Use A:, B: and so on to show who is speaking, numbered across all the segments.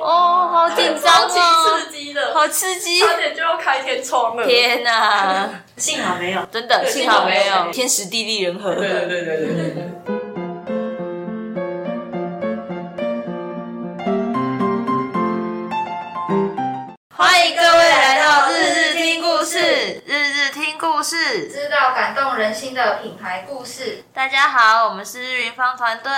A: 哦好紧
B: 超
A: 张
B: 级
A: 哦，
B: 刺激的，
A: 好刺激！
B: 差点就要开天窗了。
A: 天哪，
C: 幸好没有。
A: 真的
B: 对
A: 幸好没
B: 幸好没
A: 有
B: 有
A: 天时地利人和。
B: 对对对对对对对。
A: 欢迎各位来到日日听故事，日日听故事。
D: 知道感动人心的品牌故事，
A: 大家好，我们是日云方团队。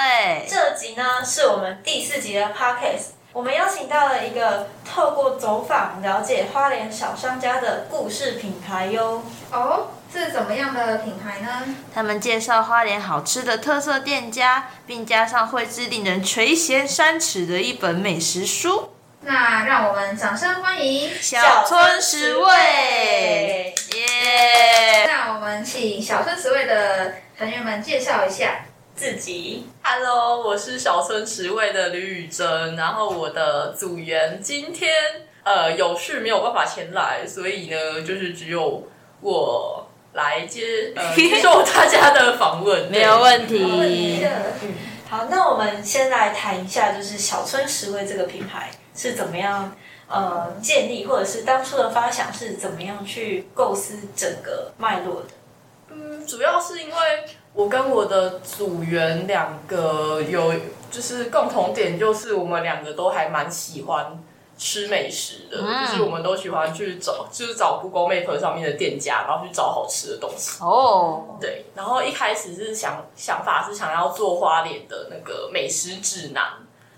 C: 这集呢是我们第四集的 podcast，我们邀请到了一个透过走访了解花莲小商家的故事品牌哟。
D: 哦，是怎么样的品牌呢？
A: 他们介绍花莲好吃的特色店家，并加上绘制令人垂涎三尺的一本美食书
D: 那让我们掌声欢迎。
A: 《小村十味》。耶！
D: 那我们请小村十味
C: 呃
D: 的成员们介绍一下。
C: 自己
B: Hello，我是小村十位的吕雨珍，然后我的组员今天呃有事没有办法前来，所以呢，就是只有我来接呃接受大家的访问，
A: 没有问
D: 没有问题
A: 题。
D: 的
C: 好，那我们先来谈一下，就是小村十味这个品牌是怎么样呃建立，或者是当初的发想是怎么样去构思整个脉络的。
B: 嗯，主要是因为我跟我的组员两个有就是共同点，就是我们两个都还蛮喜欢吃美食的，
A: 嗯
B: 就是我们都喜欢去找，就是找 Google Map 上面的店家，然后去找好吃的东西。
A: 哦，
B: 对，然后一开始是想想法是想要做花莲的那个美食指南，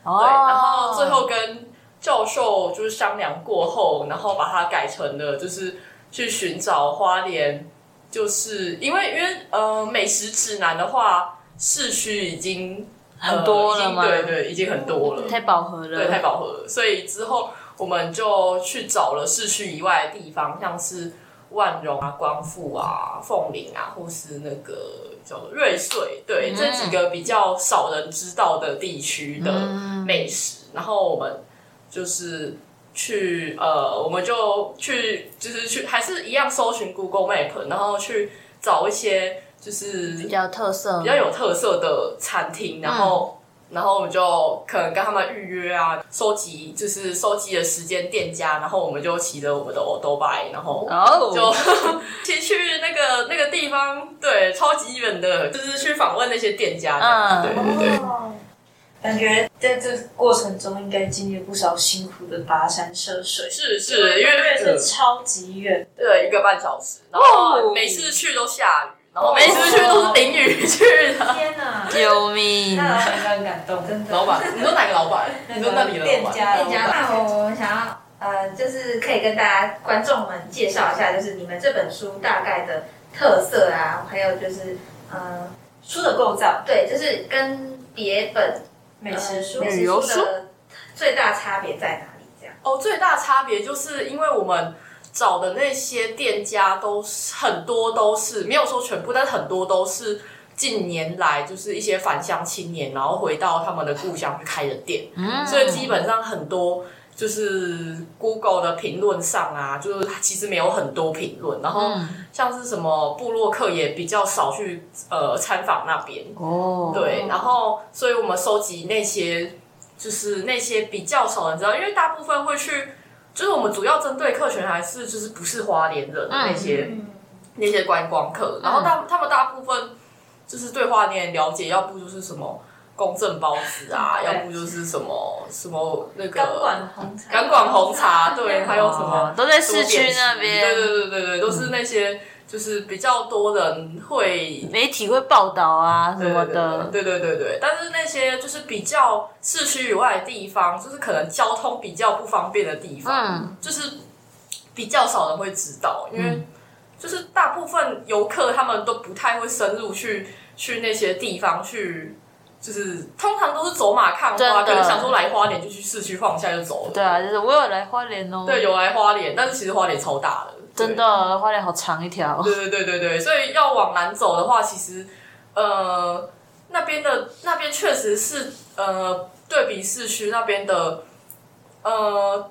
A: 哦
B: 对，然后最后跟教授就是商量过后，然后把它改成了就是去寻找花莲，就是因为因为呃美食指南的话，市区已经、呃
A: 很多了
B: 已经
A: 吗
B: 对对，已经很多了，
A: 太饱和
B: 对，太
A: 了。
B: 饱和了，所以之后我们就去找了市区以外的地方，像是万荣啊、光复啊、凤林啊，或是那个叫瑞穗，对、
A: 嗯
B: 这几个比较少人知道的地区的
A: 嗯
B: 美食，然后我们就是。去呃，我们就去，就是去，还是一样搜寻 Google Map，然后去找一些就是
A: 比较特色，
B: 比较有特色的餐厅，然
A: 嗯
B: 后、然后我们就可能跟他们预约啊，收集就是收集的时间店家，然后我们就骑着我们的 o d o b i 然后
A: 哦，
B: 就骑、去那个那个地方，对，超级远的，就是去访问那些店家这样，
A: 嗯
B: 对对对。
C: 哦，感觉在这过程中应该经历不少辛苦的跋山涉水，
B: 是是，因
C: 瑞
B: 为
C: 穗超级远，
B: 对一个半小时，然
A: 哦
B: 后每次去都下雨，然后每次去都是淋雨去的。
C: 天哪！
A: 救命！
C: 那老板应该很感动，真的。
B: 老板，你说哪个老板？你说那里的
C: 店
B: 老板？
C: 家，
D: 店家，那我们想要呃，就是可以跟大家观众们介绍一下，就是你们这本书大概的特色啊，还有就是呃，
C: 书的构造，
D: 对，就是跟别本
C: 美食书
D: 呃美
A: 旅游
D: 食书的最大差别在哪里？这样。
B: 哦，最大差别就是因为我们找的那些店家都是很多都是没有说全部，但很多都是近年来就是一些返乡青年，然后回到他们的故乡去开的店，
A: 嗯
B: 所以基本上很多。就是 Google 的评论上啊，就是其实没有很多评论，然后
A: 嗯
B: 像是什么部落客也比较少去呃参访那边，
A: 哦，
C: 嗯
B: 对，然后所以我们收集那些就是那些比较少人知道，因为大部分会去，就是我们主要针对客群还是就是不是花莲人的那些、
C: 嗯
B: 那些观光客，然后大、他们大部分就是对花莲了解，要不就是什么公正包子啊，
C: 嗯对
B: 要不就是什么什么那个
C: 钢管红茶，
B: 港管红茶，对，还有什么
A: 哦都在市区
B: 点心
A: 那边，
B: 对对对对对，都是那些就是比较多人会
A: 媒体会报道啊什么的，
B: 对对对对，但是那些就是比较市区以外的地方，就是可能交通比较不方便的地方，
A: 嗯，
B: 就是比较少人会知道，因为
A: 嗯
B: 就是大部分游客他们都不太会深入去去那些地方去。就是通常都是走马看
A: 真
B: 花，
A: 的
B: 可能想说来花莲就去市区晃一下就走了。
A: 对啊，就是我有来花莲哦，
B: 对，有来花莲，但是其实花莲超大的，对
A: 真的花莲好长一条，
B: 对对对对对，所以要往南走的话，其实呃那边的那边确实是呃对比市区那边的呃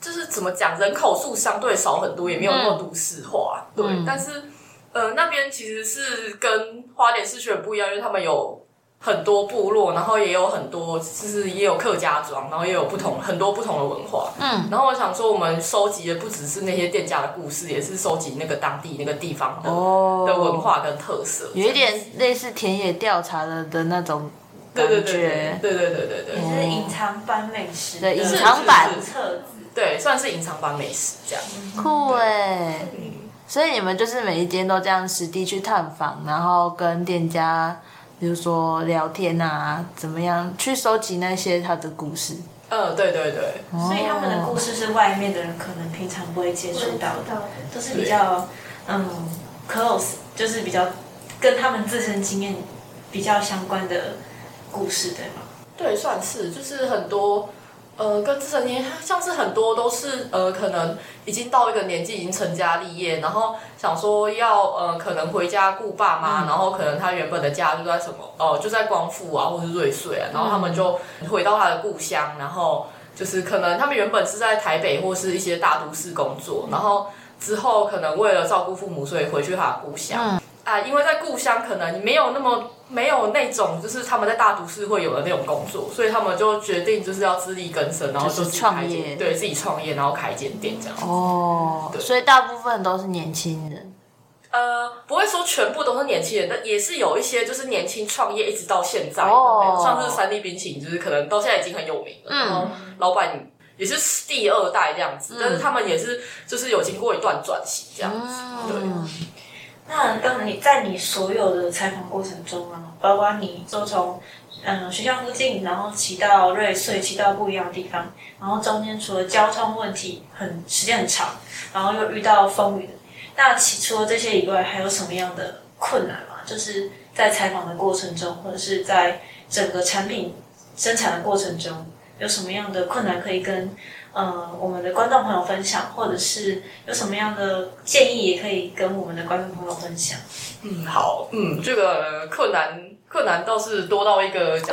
B: 就是怎么讲，人口数相对少很多，也没有那么都市化，对，
A: 嗯
B: 但是呃那边其实是跟花莲市区很不一样，因为他们有。很多部落，然后也有很多，就是也有客家庄，然后也有不同很多不同的文化。
A: 嗯，
B: 然后我想说，我们收集的不只是那些店家的故事，也是收集那个当地那个地方的、
A: 哦
B: 的文，化跟特色。
A: 有一点类似田野调查的的那种感
B: 对
A: 觉，
B: 对对对对对对对对
C: 就是隐藏版美食
A: 对
C: 的
A: 隐
B: 藏版
C: 册子。
B: 对，算是隐藏版美食这样。
A: 酷哎！所以你们就是每一间都这样实地去探访，然后跟店家，比如说聊天啊，怎么样去收集那些他的故事。
B: 嗯，对对对，
A: 所
C: 所以他们的故事是外面的人可能平常不会接触到的，都是比较嗯 close，就是比较跟他们自身经验比较相关的故事，对吗？
B: 对，算是就是很多。呃，跟自身年像是很多都是呃，可能已经到一个年纪，已经成家立业，然后想说要呃，可能回家顾爸
A: 嗯
B: 妈，然后可能他原本的家就在什么哦、呃就在光复啊，或是瑞穗
A: 嗯
B: 啊，然后他们就回到他的故乡，然后就是可能他们原本是在台北或是一些大都市工
A: 嗯
B: 作，然后之后可能为了照顾父母，所以回去他的故乡。
A: 嗯
B: 啊，因为在故乡可能没有那么没有那种就是他们在大都市会有的那种工作，所以他们就决定就是要自力更生，然后
A: 就是
B: 自己
A: 创
B: 开一间
A: 业
B: 对自己创业，然后开一间店这样。
A: 哦，
B: 对
A: 所以大部分都是年轻人。
B: 呃，不会说全部都是年轻人，但也是有一些就是年轻创业一直到现在的
A: 哦嗯
B: 那种，像是三 D 冰淇淋，就是可能到现在已经很有名了，然后老板也是第二代这样子，但是他们也是就是有经过一段转型这样子，
A: 嗯，
C: 那当你在你所有的采访过程中啊，包括你就从嗯学校附近，然后骑到瑞穗，骑到不一样的地方，然后中间除了交通问题很时间很长，然后又遇到风雨，那其除了这些以外，还有什么样的困难吗？就是在采访的过程中，或者是在整个产品生产的过程中，有什么样的困难可以跟呃我们的观众朋友分享，或者是有什么样的建议也可以跟我们的观众朋友分享。
B: 嗯，好，嗯，这个困难困难倒是多到一个，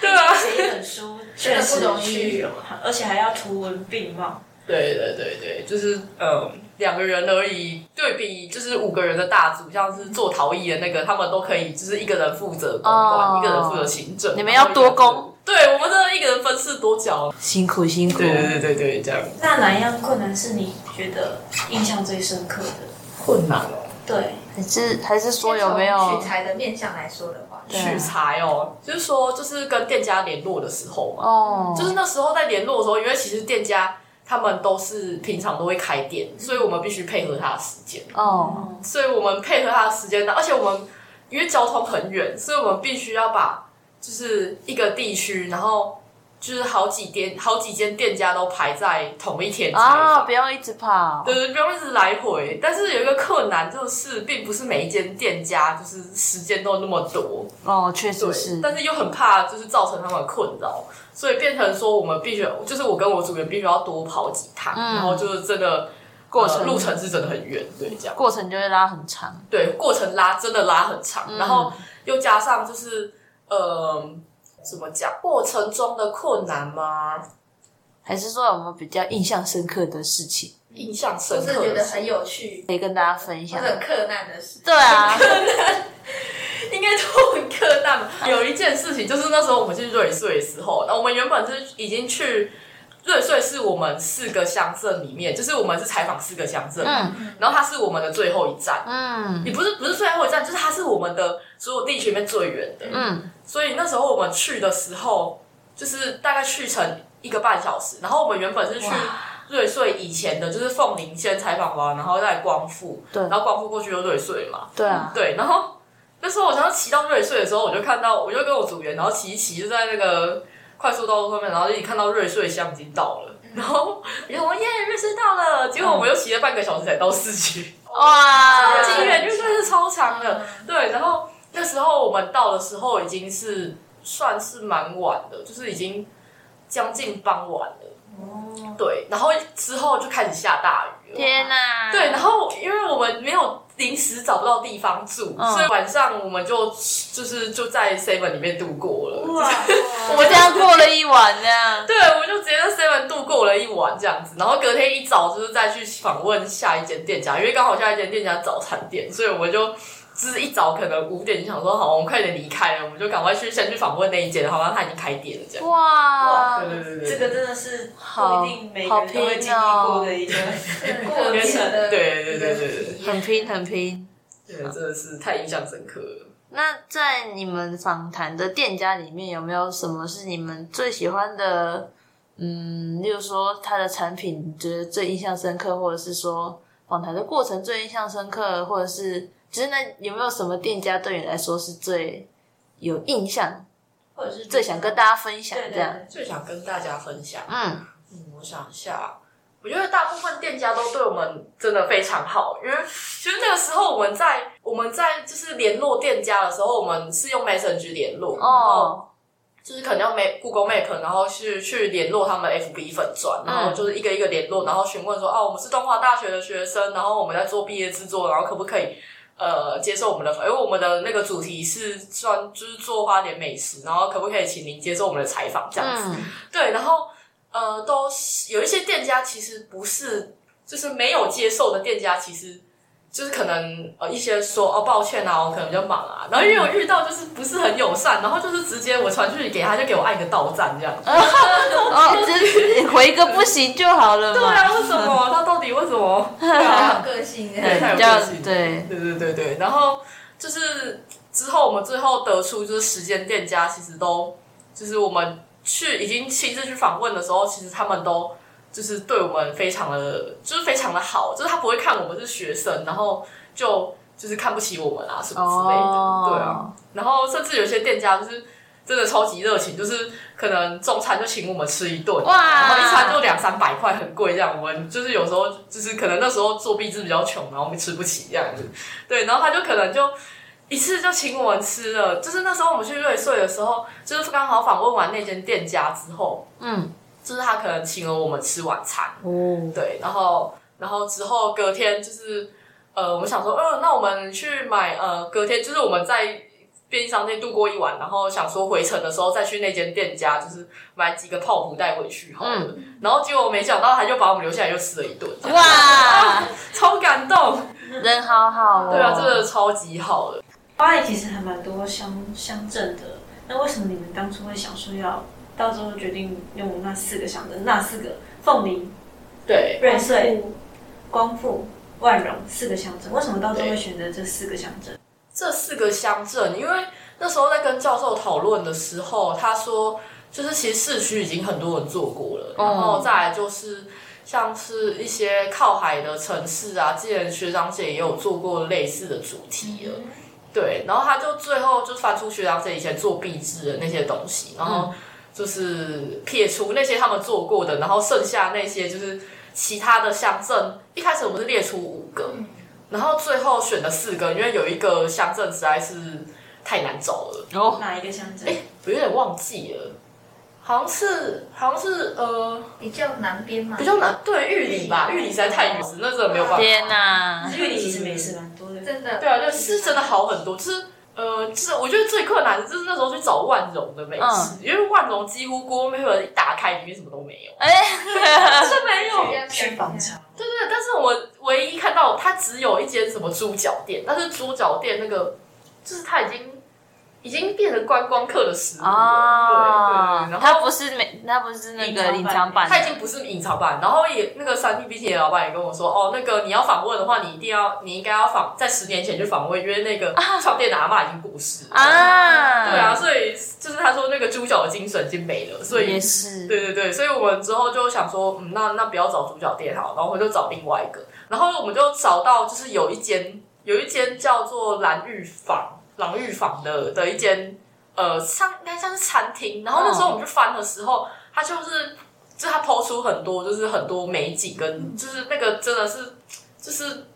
B: 对啊，
C: 写一本书确实去有，而且还要图文并茂。
B: 对对对对，就是嗯，两个人而已，对比就是五个人的大组，像是做陶艺的那个，他们都可以就是一个人负责公关，
A: 哦
B: 一个人负责行政，
A: 你们
B: 然
A: 要
B: 后一个
A: 多
B: 人
A: 工，
B: 对我们真的一个人分饰多角，
A: 辛苦辛苦。
B: 对对对对对，这样
C: 那哪一样困难是你觉得印象最深刻的？
B: 困难哦。
C: 对，
A: 还是还是说有没
D: 从
A: 有
D: 取？材的面向来说的话，
A: 对啊
B: 取材哦，就是说，就是跟店家联络的时候嘛，
A: 哦，
B: 就是那时候在联络的时候，因为其实店家他们都是平常都会开店，所以我们必须配合他的时间，
A: 哦，
B: 所以我们配合他的时间，而且我们因为交通很远，所以我们必须要把就是一个地区，然后就是好几店、好几间店家都排在同一天采
A: 啊，
B: 访。
A: 不用一直跑。
B: 对对，不用一直来回。但是有一个困难就是，并不是每一间店家就是时间都那么多，
A: 哦，确实
B: 对，
A: 是。
B: 但是又很怕就是造成他们的困扰，所以变成说我们必须，就是我跟我组员必须要多跑几趟，
A: 嗯
B: 然后就是真的
A: 过
B: 呃
A: 程
B: 路程是真的很远，对，这样
A: 过程就会拉很长。
B: 对过程拉真的拉很长，
D: 嗯
B: 然后又加上就是呃怎么讲过程中的困难吗？
D: 嗯
A: 还是说有没有比较印象深刻的事情
B: 印象深
D: 不
B: 刻的
D: 是觉得
B: 事
D: 很有趣，
A: 可以跟大家分
D: 或
A: 享？
D: 者很克难的事。
A: 对啊，
B: 应该都很苛难吧。有一件事情，就是那时候我们去瑞穗的时候，那我们原本是已经去瑞穗，是我们四个乡镇里面，就是我们是采访四个乡镇，
A: 嗯
B: 然后它是我们的最后一站，
A: 嗯
B: 也不是不是最后一站，就是它是我们的所有地区里面最远的。
A: 嗯，
B: 所以那时候我们去的时候，就是大概去程一个半小时。然后我们原本是去瑞穗以前的，就是凤林先采访完，然后再光复，
A: 对
B: 然后光复过去就瑞穗嘛。
A: 对啊，
B: 对，然后那时候我想要骑到瑞穗的时候，我就看到，我就跟我组员，然后骑一骑就在那个快速道路上面，然后就一看到瑞穗乡已经到了，
A: 嗯
B: 然后我就说耶，瑞穗到了，结果我们又骑了半个小时才到市区，
A: 哇，
B: 超级远，因为真的是超长的。对，然后那时候我们到的时候已经是算是蛮晚的，就是已经将近傍晚了。
C: 哦，
B: 对，然后之后就开始下大雨了。
A: 天哪！
B: 对，然后因为我们没有临时找不到地方住，
A: 嗯
B: 所以晚上我们就就是就在 Seven 里面度过了。
C: 啊哇，
A: 我们这样过了一晚这样。
B: 对，我们就直接在 Seven 度过了一晚这样子，然后隔天一早就是再去访问下一间店家，因为刚好下一间店家早餐店，所以我们就就是一早可能五点就想说好，我们快点离开了，我们就赶快去先去访问那一间，好像他已经开店了这样。
A: 哇，
B: 对对对对，
C: 这个真的是
A: 好
C: 不一定每个人都会经历过的一个。
D: 过
B: 变成
D: 年的
B: 对对对对对，
A: 很拼很拼。
B: 这个真的是太印象深刻了。
A: 那在你们访谈的店家里面，有没有什么是你们最喜欢的？嗯，例如说它的产品，你觉得最印象深刻，或者是说访谈的过程最印象深刻，或者是其实那有没有什么店家对你来说是最有印象，
C: 或者是
A: 最想跟大家分享
C: 对
A: 这
C: 对
A: 样？
C: 对，
B: 最想跟大家分享，
A: 嗯，
B: 嗯，我想一下，我觉得大部分店家都对我们真的非常好，因为其实那个时候我们在我们在就是联络店家的时候，我们是用 Messenger 联络，然后
A: 哦，
B: 就是可能要 Map Google Map，然后去去联络他们 FB 粉钻，然
A: 嗯
B: 后就是一个一个联络，然后询问说，哦，我们是东华大学的学生，然后我们在做毕业制作，然后可不可以？呃，接受我们的访，因为我们的那个主题是专就是做花莲美食，然后可不可以请您接受我们的采访这样子？
A: 嗯，
B: 对，然后呃，都是有一些店家其实不是，就是没有接受的店家，其实就是可能呃一些说哦抱歉啊，我可能比较忙啊，然后也有遇到就是不是很友善，然后就是直接我传讯息给他，就给我按一个到赞这样。
A: 哦，这回一个不行就好了
B: 对
A: 嘛，
B: 啊，为什么？他到底为什么？对
D: 很有
B: 啊，
D: 个性的。
B: 太有
A: 比较
B: 个性
A: 对，
B: 对对对对，然后就是之后我们最后得出就是十间店家其实都就是我们去已经亲自去访问的时候，其实他们都就是对我们非常的就是非常的好，就是他不会看我们是学生，然后就就是看不起我们啊什么之类的，
A: 哦，
B: 对啊，，然后甚至有些店家就是。真的超级热情，就是可能中餐就请我们吃一顿，然
A: 哇
B: 后一餐就两三百块，很贵这样。我们就是有时候就是可能那时候做币制比较穷，然后我们吃不起这样子。对，然后他就可能就一次就请我们吃了，就是那时候我们去瑞穗的时候，就是刚好访问完那间店家之后，
A: 嗯，
B: 就是他可能请了我们吃晚餐，
A: 哦，
B: 对，然后然后之后隔天就是呃，我们想说，嗯、那我们去买呃，隔天就是我们在便利商店度过一晚，然后想说回程的时候再去那间店家，就是买几个泡芙带回去好了。然后结果没想到他就把我们留下来又吃了一顿，
A: 哇，
B: 超感动，
A: 人好好哦，
B: 对啊，真的超级好的。
C: 花莲其实还蛮多乡乡镇的，那为什么你们当初会想说要到时候决定用那四个乡镇，那四个凤林、
B: 对，
C: 瑞穗、光复、万荣四个乡镇，为什么到时候会选择这四个乡镇？
B: 这四个乡镇，因为那时候在跟教授讨论的时候，他说就是其实市区已经很多人做过了，然后再来就是像是一些靠海的城市啊，之前学长姐也有做过类似的主题了。对，然后他就最后就翻出学长姐以前做壁纸的那些东西，然后就是撇除那些他们做过的，然后剩下那些就是其他的乡镇。一开始我们是列出五个，然后最后选了四个，因为有一个乡镇实在是太难找了，
A: 哦，
C: 哪一个乡镇？
B: 我有点忘记了，好像是好像是呃
D: 比较南边嘛，
B: 比较难，对玉里吧，玉里实在太远了，那真的没有办法。
A: 天哪，
C: 玉里其实美食蛮多哎的，
D: 真的
B: 对啊，就是真的好很多，就是呃，就是我觉得最困难的就是那时候去找万荣的美
A: 嗯
B: 食，因为万荣几乎锅没有一打开，里面什么都没有，
A: 哎，
B: 是没有。
C: 去访茶。
B: 对对，但是我唯一看到它只有一间什么猪脚店，但是猪脚店那个就是它已经已经变成观光客的食物了，
A: 啊
B: 对对对，然，
A: 它
B: 后
A: 不是没，它不是那个隐藏版
B: 它已
A: 的，
B: 经不是隐藏版，然后也那个三 P B T 的老板也跟我说，哦，那个你要访问的话，你一定要你应该要访在十年前就访问，因为那个创店的阿嬷已经过世了。
A: 啊，
B: 对啊，，所以就是他说那个猪脚的精神已经没了，所以
A: 也是，
B: 对对对，所以我们之后就想说，嗯，那那不要找主角店好，然后我就找另外一个，然后我们就找到就是有一间有一间叫做蓝玉坊蓝玉坊的的一间呃像应该像是餐厅，然后那时候我们去翻的时候，它就是就是它抛出很多就是很多美景
A: 嗯
B: 跟就是那个真的是就是。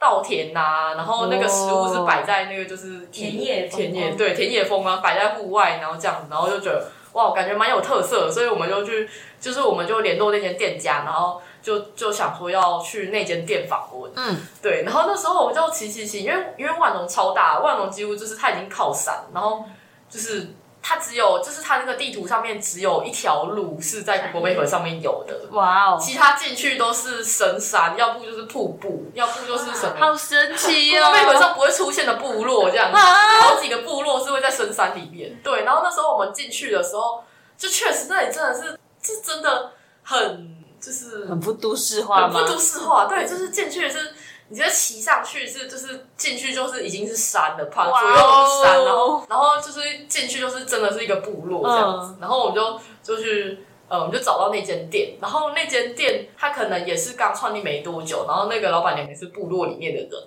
B: 稻田呐、然后那个食物
A: 哦
B: 是摆在那个就是
C: 田野风
B: 田野
C: 光
B: 对田野风啊，摆在户外，然后这样子，然后就觉得哇，我感觉蛮有特色的，所以我们就去，就是我们就联络那间店家，然后就就想说要去那间店访问，
A: 嗯，
B: 对，然后那时候我们就骑骑骑，因为因为万隆超大，万隆几乎就是它已经靠山，然后就是它只有就是它那个地图上面只有一条路是在古国贝河上面有的，
A: 哇哦，
B: 其他进去都是深山，要不就是瀑布，要不就是什么。
A: 好神奇
B: 古
A: 哦
B: 国！贝河上不会出现的部落，这样子，
A: 啊
B: 好几个部落是会在深山里面。对，然后那时候我们进去的时候，就确实那里真的是，是真的很就是
A: 很啊不都市化
B: 很
A: 吗
B: 不？都市化，对，就是进去是，你这骑上去是，就是进去就是已经是山了，旁
A: 哇
B: 左
A: 哦
B: 右都是山，然后然后就是进去就是真的是一个部落这样子，
A: 嗯
B: 然后我们就就去。呃，我们就找到那间店，然后那间店它可能也是刚创立没多久，然后那个老板娘也是部落里面的人，就是、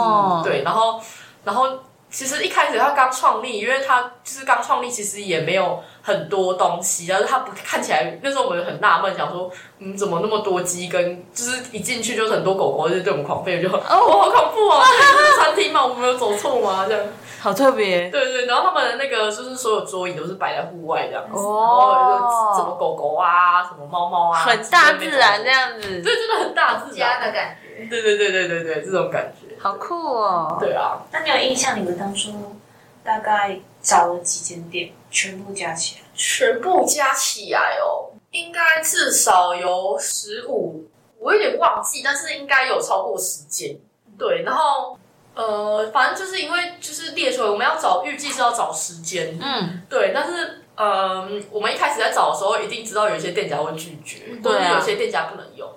A: 哦
B: 对，然后然后其实一开始他刚创立，因为他就是刚创立，其实也没有很多东西，但是他不看起来，那时候我们很纳闷，想说，嗯，怎么那么多鸡跟，就是一进去就是很多狗狗，就是对我们狂吠，我就哦，好恐怖哦，这是餐厅吗？我们有走错吗？这样，
A: 好特别
B: 对对，然后他们的那个就是所有桌椅都是摆在户外这样子，然后就什么
A: 哦，
B: 狗狗啊，什么猫猫啊，
A: 很大自然这
B: 样，
A: 样子，
B: 对，真的很大自
D: 家
B: 然，
D: 的感觉。
B: 对对对对对对，这种感觉，
A: 好酷哦！
B: 对啊，
C: 那你有印象你们当初大概找了几间店，全部加起来？
B: 全部加起来哦，应该至少有十五，我有点忘记，但是应该有超过十间。对，然后呃，反正就是因为就是列出来，我们要找预计是要找时间，
A: 嗯，
B: 对，但是。嗯，我们一开始在找的时候，一定知道有一些店家会拒绝，或
A: 对
B: 者
A: 啊
B: 有些店家不能用。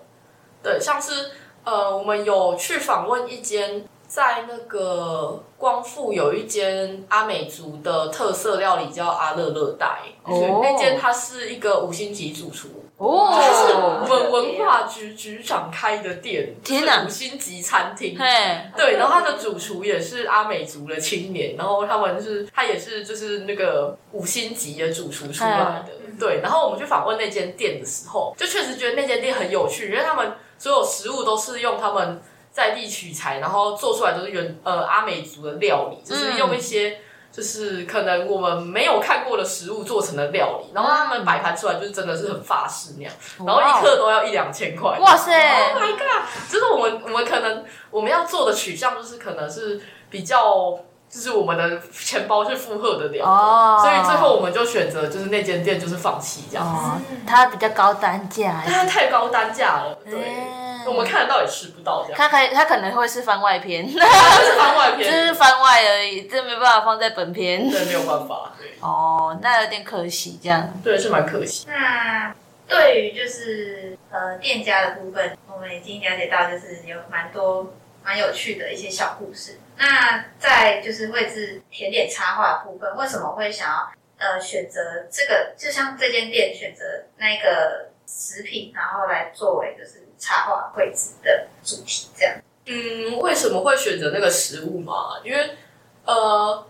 B: 对，像是呃，我们有去访问一间在那个光复有一间阿美族的特色料理叫阿乐乐带，
A: 哦
B: 那间它是一个五星级主厨，
A: 哦，
B: 文文化局局长开的店，
A: 天
B: 哪，
A: 哪
B: 五星级餐厅。
A: 嘿，
B: 对，然后他的主厨也是阿美族的青年，然后他们是他也是就是那个五星级的主厨出
A: 哎
B: 来的，对。然后我们去访问那间店的时候，就确实觉得那间店很有趣，因为他们所有食物都是用他们在地取材，然后做出来都是原呃阿美族的料理，就是
A: 嗯
B: 用一些。就是可能我们没有看过的食物做成的料理，然后他
A: 嗯
B: 们摆盘出来就是真的是很法式那样，然后一克都要一两千块。
A: 哦哇塞
B: Oh my god！就是我们我们可能我们要做的取向就是可能是比较，就是我们的钱包是负荷得了的
A: 哦
B: 所以最后我们就选择就是那间店就是放弃这样子，
A: 哦，它比较高单价
B: 但，它太高单价了，对，
A: 嗯
B: 我们看得到也吃不到 这样，
A: 它可以它可能会是番外篇，
B: 它是番外
A: 这
B: 篇
A: 是，番外而已，这没办法放在本篇。
B: 对，没有办法，对，
A: 哦，那有点可惜，这样
B: 对，是蛮可惜。嗯
D: 那对于就是呃店家的部分，我们已经了解到，就是有蛮多蛮有趣的一些小故事。那在就是绘制甜点插画的部分，为什么会想要呃选择这个？就像这间店选择那个食品，然后来作为就是插画绘制的主题，这样。
B: 嗯，为什么会选择那个食物嘛？因为呃，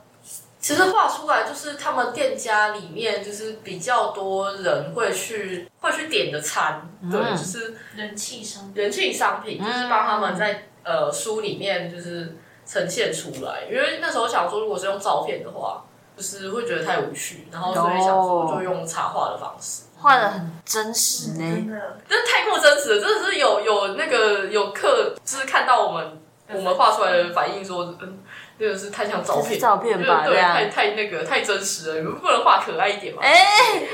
B: 其实画出来就是他们店家里面就是比较多人会去会去点的餐，对，
A: 嗯
B: 就是
C: 人气商
B: 人气商品，就是帮他们在呃书里面就是呈现出来。因为那时候想说，如果是用照片的话，就是会觉得太无趣，然后所以想说就用插画的方式。
A: 画的很真实
B: 嗯
A: 呢。
D: 的，
B: 但是太过真实了，真的是有有那个有客，就是看到我们我们画出来的反应说，嗯，那个是太像照
A: 这
B: 片，
A: 是照片吧
B: 对
A: 这
B: 对，
A: 样
B: 太太那个太真实了，你们不能画可爱一点嘛？
A: 哎、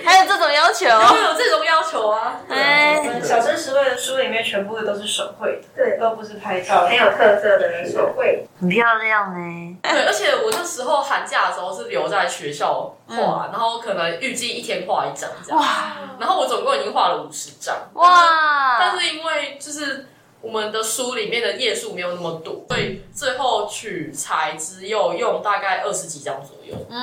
A: 还有这种要求？
B: 会有这种要求啊？对啊
A: 哎
C: 我们小真实味的书里面全部都是手绘的，
D: 对，
C: 都不是拍照
D: 很有特色的手绘，
A: 很漂亮呢。
B: 哎对，而且我那时候寒假的时候是留在学校画，然后可能预计一天画一张这样，
A: 嗯哇
B: 然后我总共已经画了五十张，但
A: 哇，
B: 是因为就是我们的书里面的页数没有那么多，所以最后取材只有用大概二十几张左右。对，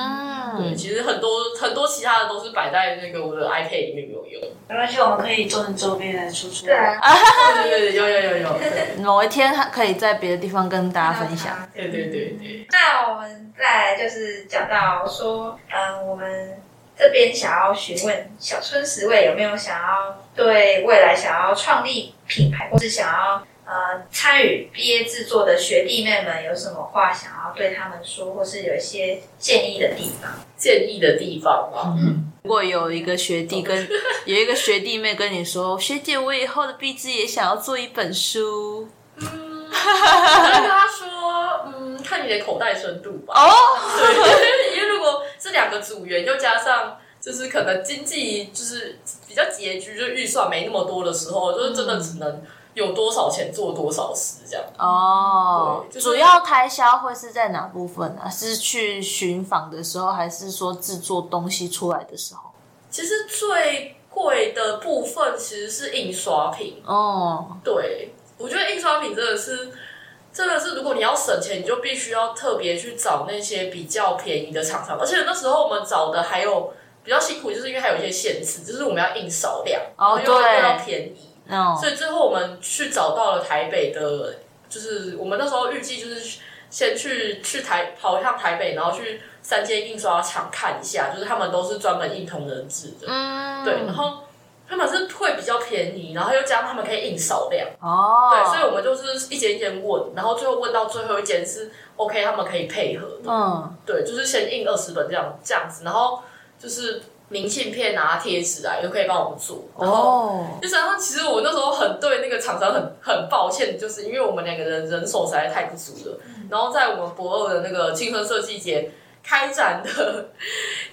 A: 嗯，
B: 其实很多很多其他的都是摆在那个我的 iPad 里面没有用。
C: 没关系，我们可以做成周边来输出。
D: 对啊，
B: 对对对，有有有 有，对
A: 某一天还可以在别的地方跟大家分享。
B: 对对对对，
D: 那我们再来就是讲到说，嗯，我们这边想要询问小春十位有没有想要对未来想要创立品牌，或是想要呃参与毕业制作的学弟妹们有什么话想要对他们说，或是有一些建议的地方？
B: 建议的地方啊，
A: 如果有一个学弟跟有一个学弟妹跟你说，学姐，我以后的毕制也想要做一本书
B: 我就跟他说，嗯，看你的口袋深度吧。
A: 哦，
B: 对，因为如果这两个组员又加上就是可能经济就是比较拮据，就预算没那么多的时候，就是真的只能有多少钱做多少事这样。
A: 哦，
B: 对就是
A: 主要开销会是在哪部分啊？是去寻访的时候，还是说制作东西出来的时候？
B: 其实最贵的部分其实是印刷品，
A: 哦，
B: 对，我觉得印刷品真的是，真的是，如果你要省钱，你就必须要特别去找那些比较便宜的厂商。而且那时候我们找的还有比较辛苦，就是因为还有一些限制，就是我们要印少量，
A: 哦
B: 然后又要
A: 对
B: 又要便宜，
A: 那种
B: 所以最后我们去找到了台北的，就是我们那时候预计就是先去去台跑一趟台北，然后去三间印刷厂看一下，就是他们都是专门印同人志的，
A: 嗯，
B: 对，然后他们是会比较便宜，然后又加上他们可以印少量。
A: 哦，
B: 对，所以我们就是一间一间问，然后最后问到最后一间是 OK，他们可以配合的。
A: 嗯，
B: 对，就是先印二十本这样这样子，然后就是明信片啊、贴纸啊，也可以帮我们做。然后、
A: 哦，
B: 就然后其实我那时候很对那个厂商很很抱歉，就是因为我们两个人人手实在太不足了。
A: 嗯
B: 然后在我们博二的那个青春设计节开展的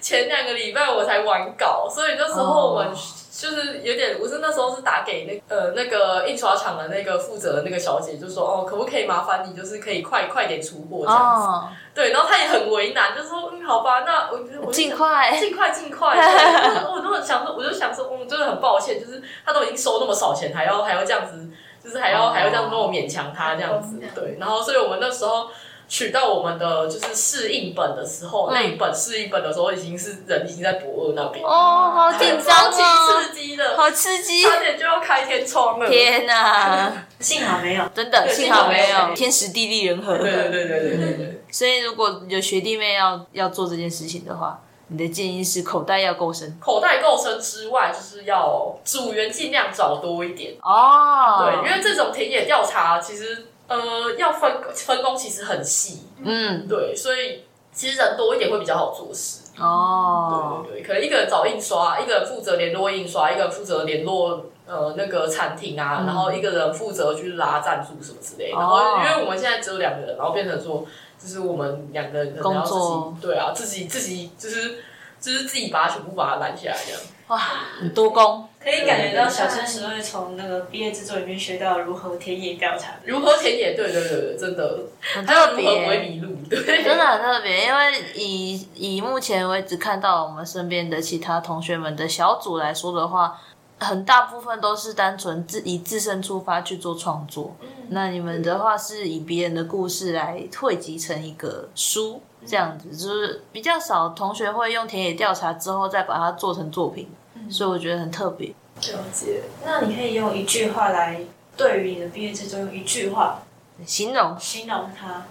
B: 前两个礼拜，我才完稿，所以那时候我们
A: 哦
B: 就是有点，我是那时候是打给那呃那个印刷厂的那个负责的那个小姐，就说哦，可不可以麻烦你，就是可以快快点出货这样子。
A: 哦，
B: 对，然后她也很为难，就说嗯，好吧，那我我就
A: 尽快，
B: 尽快尽快！对我都我都想说，我就想说，嗯，真的很抱歉，就是他都已经收那么少钱，还要还要这样子，就是还要、
A: 哦
B: 还要这样跟我勉强他这样子，对。然后，所以我们那时候取到我们的就是试印本的时候，
A: 嗯
B: 那一本试印本的时候，已经是人已经在博二那边，
A: 哦，好紧
B: 超
A: 张
B: 级
A: 哦，
B: 刺激的，
A: 好刺激，
B: 差点就要开天窗了。对
A: 天哪，
C: 幸好没有。
A: 真的
B: 对
A: 幸好没
B: 幸好没
A: 有
B: 有
A: 天时地利人和，
B: 对对对对对对，
A: 所以如果有学弟妹要要做这件事情的话，你的建议是口袋要够深
B: 口袋够深之外，就是要组员尽量找多一点。
A: 哦，
B: 对，因为这种田野调查其实呃要分分工其实很细，
A: 嗯
B: 对，所以其实人多一点会比较好做事。
A: 哦，
B: 对对对，可能一个人找印刷，一个人负责联络印刷，一个人负责联络呃那个餐厅啊，
A: 嗯
B: 然后一个人负责去拉赞助什么之类的。
A: 哦
B: 然后因为我们现在只有两个人，然后变成说就是我们两个人可能要自
A: 工
B: 己对啊，自己自己就是。就是自己把它全部把它拦下来这样，
A: 哇，很多功，
C: 可以感觉到小春时会从那个毕业制作里面学到如何田野调查。
B: 如何田野？对对对对，真的，
A: 很
B: 还有
A: 特
B: 如何不会
A: 别。
B: 迷路？对，
A: 真的很特别，因为以以目前为止看到我们身边的其他同学们的小组来说的话，很大部分都是单纯自以自身出发去做创作。那你们的话是以别人的故事来汇集成一个书，这样子就是比较少同学会用田野调查之后再把它做成作品，所以我觉得很特别。
B: 了解。
C: 那你可以用一句话来对于你的毕业制作用一句话
A: 形容
C: 形容它。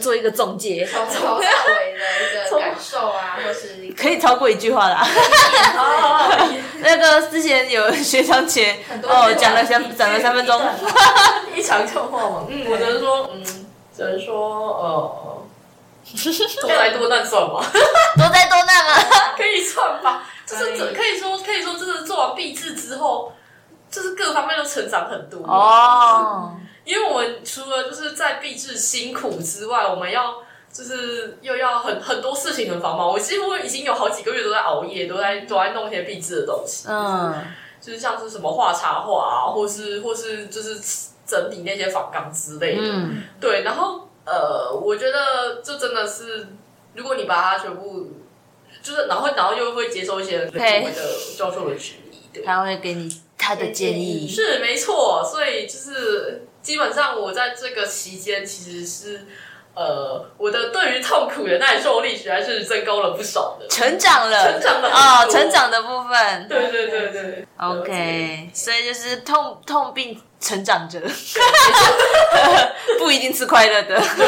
A: 做一个总结，
D: 从头到尾的一个感受啊，或是一 个
A: 可以超过一句话啦。哦那个之前有学长姐
D: 多
A: 哦
D: 句话
A: 讲了三讲了三分钟，
B: 一场就话嘛。嗯，我只能说，嗯，只能说， 呃，多灾多难算吧，
A: 多灾多难啊！
B: 可以算吧。 就是
C: 可以
B: 可 以说，可以说，就是做完毕制之后，就是各方面都成长很多。，
A: 哦，
B: 因为我们除了就是在毕制辛苦之外，我们要。就是又要很很多事情很繁忙，我几乎已经有好几个月都在熬夜，都在都在弄一些壁纸的东西。
A: 嗯，
B: 就是像是什么画插画啊，或是或是就是整理那些仿纲之类的。
A: 嗯
B: 对，然后呃，我觉得这真的是，如果你把它全部，就是然后然后又会接受一些我们的教授的质疑，对，
A: 他会给你他的建议，
B: 是没错。所以就是基本上我在这个期间其实是。呃，我的对于痛苦的耐受力实在是增高了不少的。
A: 成长了，
B: 成长了
A: 哦，
B: 很多
A: 成长的部分
B: 对对对对了解
A: ，OK，所以就是痛痛并成长着， 不一定是快乐的，
B: 对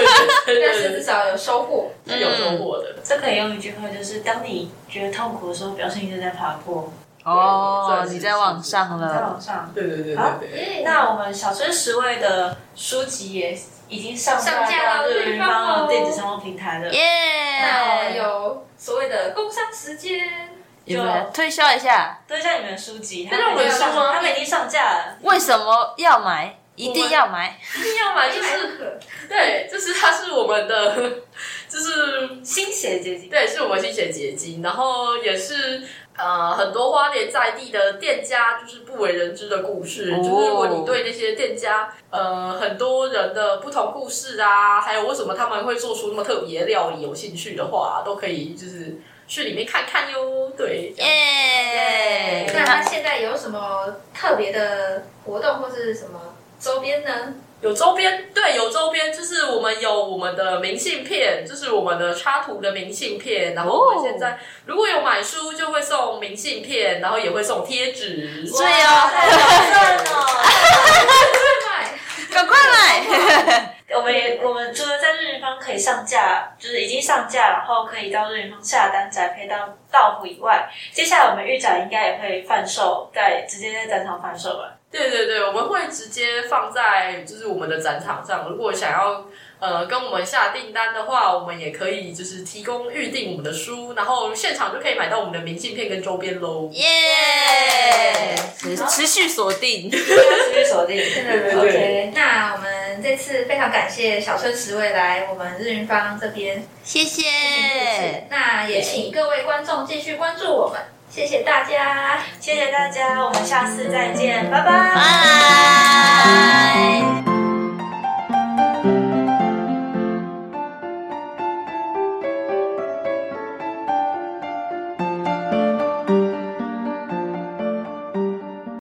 B: 对
D: 但是至
B: 对
D: 少有收获。
B: 对，是有收获的。嗯
C: 这可以用一句话，就是当你觉得痛苦的时候，表示你正在爬坡，
A: 哦
B: 算，是
A: 你在往上
C: 在
A: 了，
C: 往上。
B: 对对对对
C: 啊
B: 对。
D: 耶
C: 那我们小春十位的书籍也已经上架
D: 上架
C: 到
D: 到
C: 日
D: 日
C: 云
D: 方了
C: 方
D: 哦
C: 的电子商务平台了。
D: 那我们
A: 耶，
D: 有所谓的工商时间，
A: 你们呃推销一下，
C: 对一下你们的书籍，
B: 但是我
C: 们
B: 们
C: 已经
B: 书吗
C: 他们已经上架了。
A: 为什么要买？一定要买，
B: 一定要买，就
D: 就是是
B: 对，就是它是我们的， 就是
C: 新血结晶，
B: 对，是我们新血结晶，然后也是呃很多花莲在地的店家就是不为人知的故事，
A: 哦
B: 就是如果你对那些店家呃很多人的不同故事啊，还有为什么他们会做出那么特别的料理有兴趣的话，都可以就是去里面看看哟。对，这样
A: 哎耶！
D: 那它现在有什么特别的活动或是什么周边呢？
B: 有周边，对，有周边，就是我们有我们的明信片，就是我们的插图的明信片，然后我们现在、如果有买书就会送明信片，然后也会送贴纸，
A: 对哦，
C: 赞 哦！
A: 赶快 买！
C: 我们也我们除了在日云方可以上架，就是已经上架，然后可以到日云方下单宅配到到府以外，接下来我们预展应该也会贩售，在直接在展场贩售吧。
B: 对对对，我们会直接放在就是我们的展场上。如果想要呃跟我们下订单的话，我们也可以就是提供预定我们的书，然后现场就可以买到我们的明信片跟周边喽。
A: 耶！持持续锁定，
C: 持续锁 定，
B: 对对
C: OK，
D: 那我们这次非常感谢小春十位来我们日云方这边
A: 谢
D: 谢
A: 谢，
D: 那也请各位观众继续关注我们，谢谢大家。
C: 谢谢大家，我们下次再见，拜拜。
A: 拜。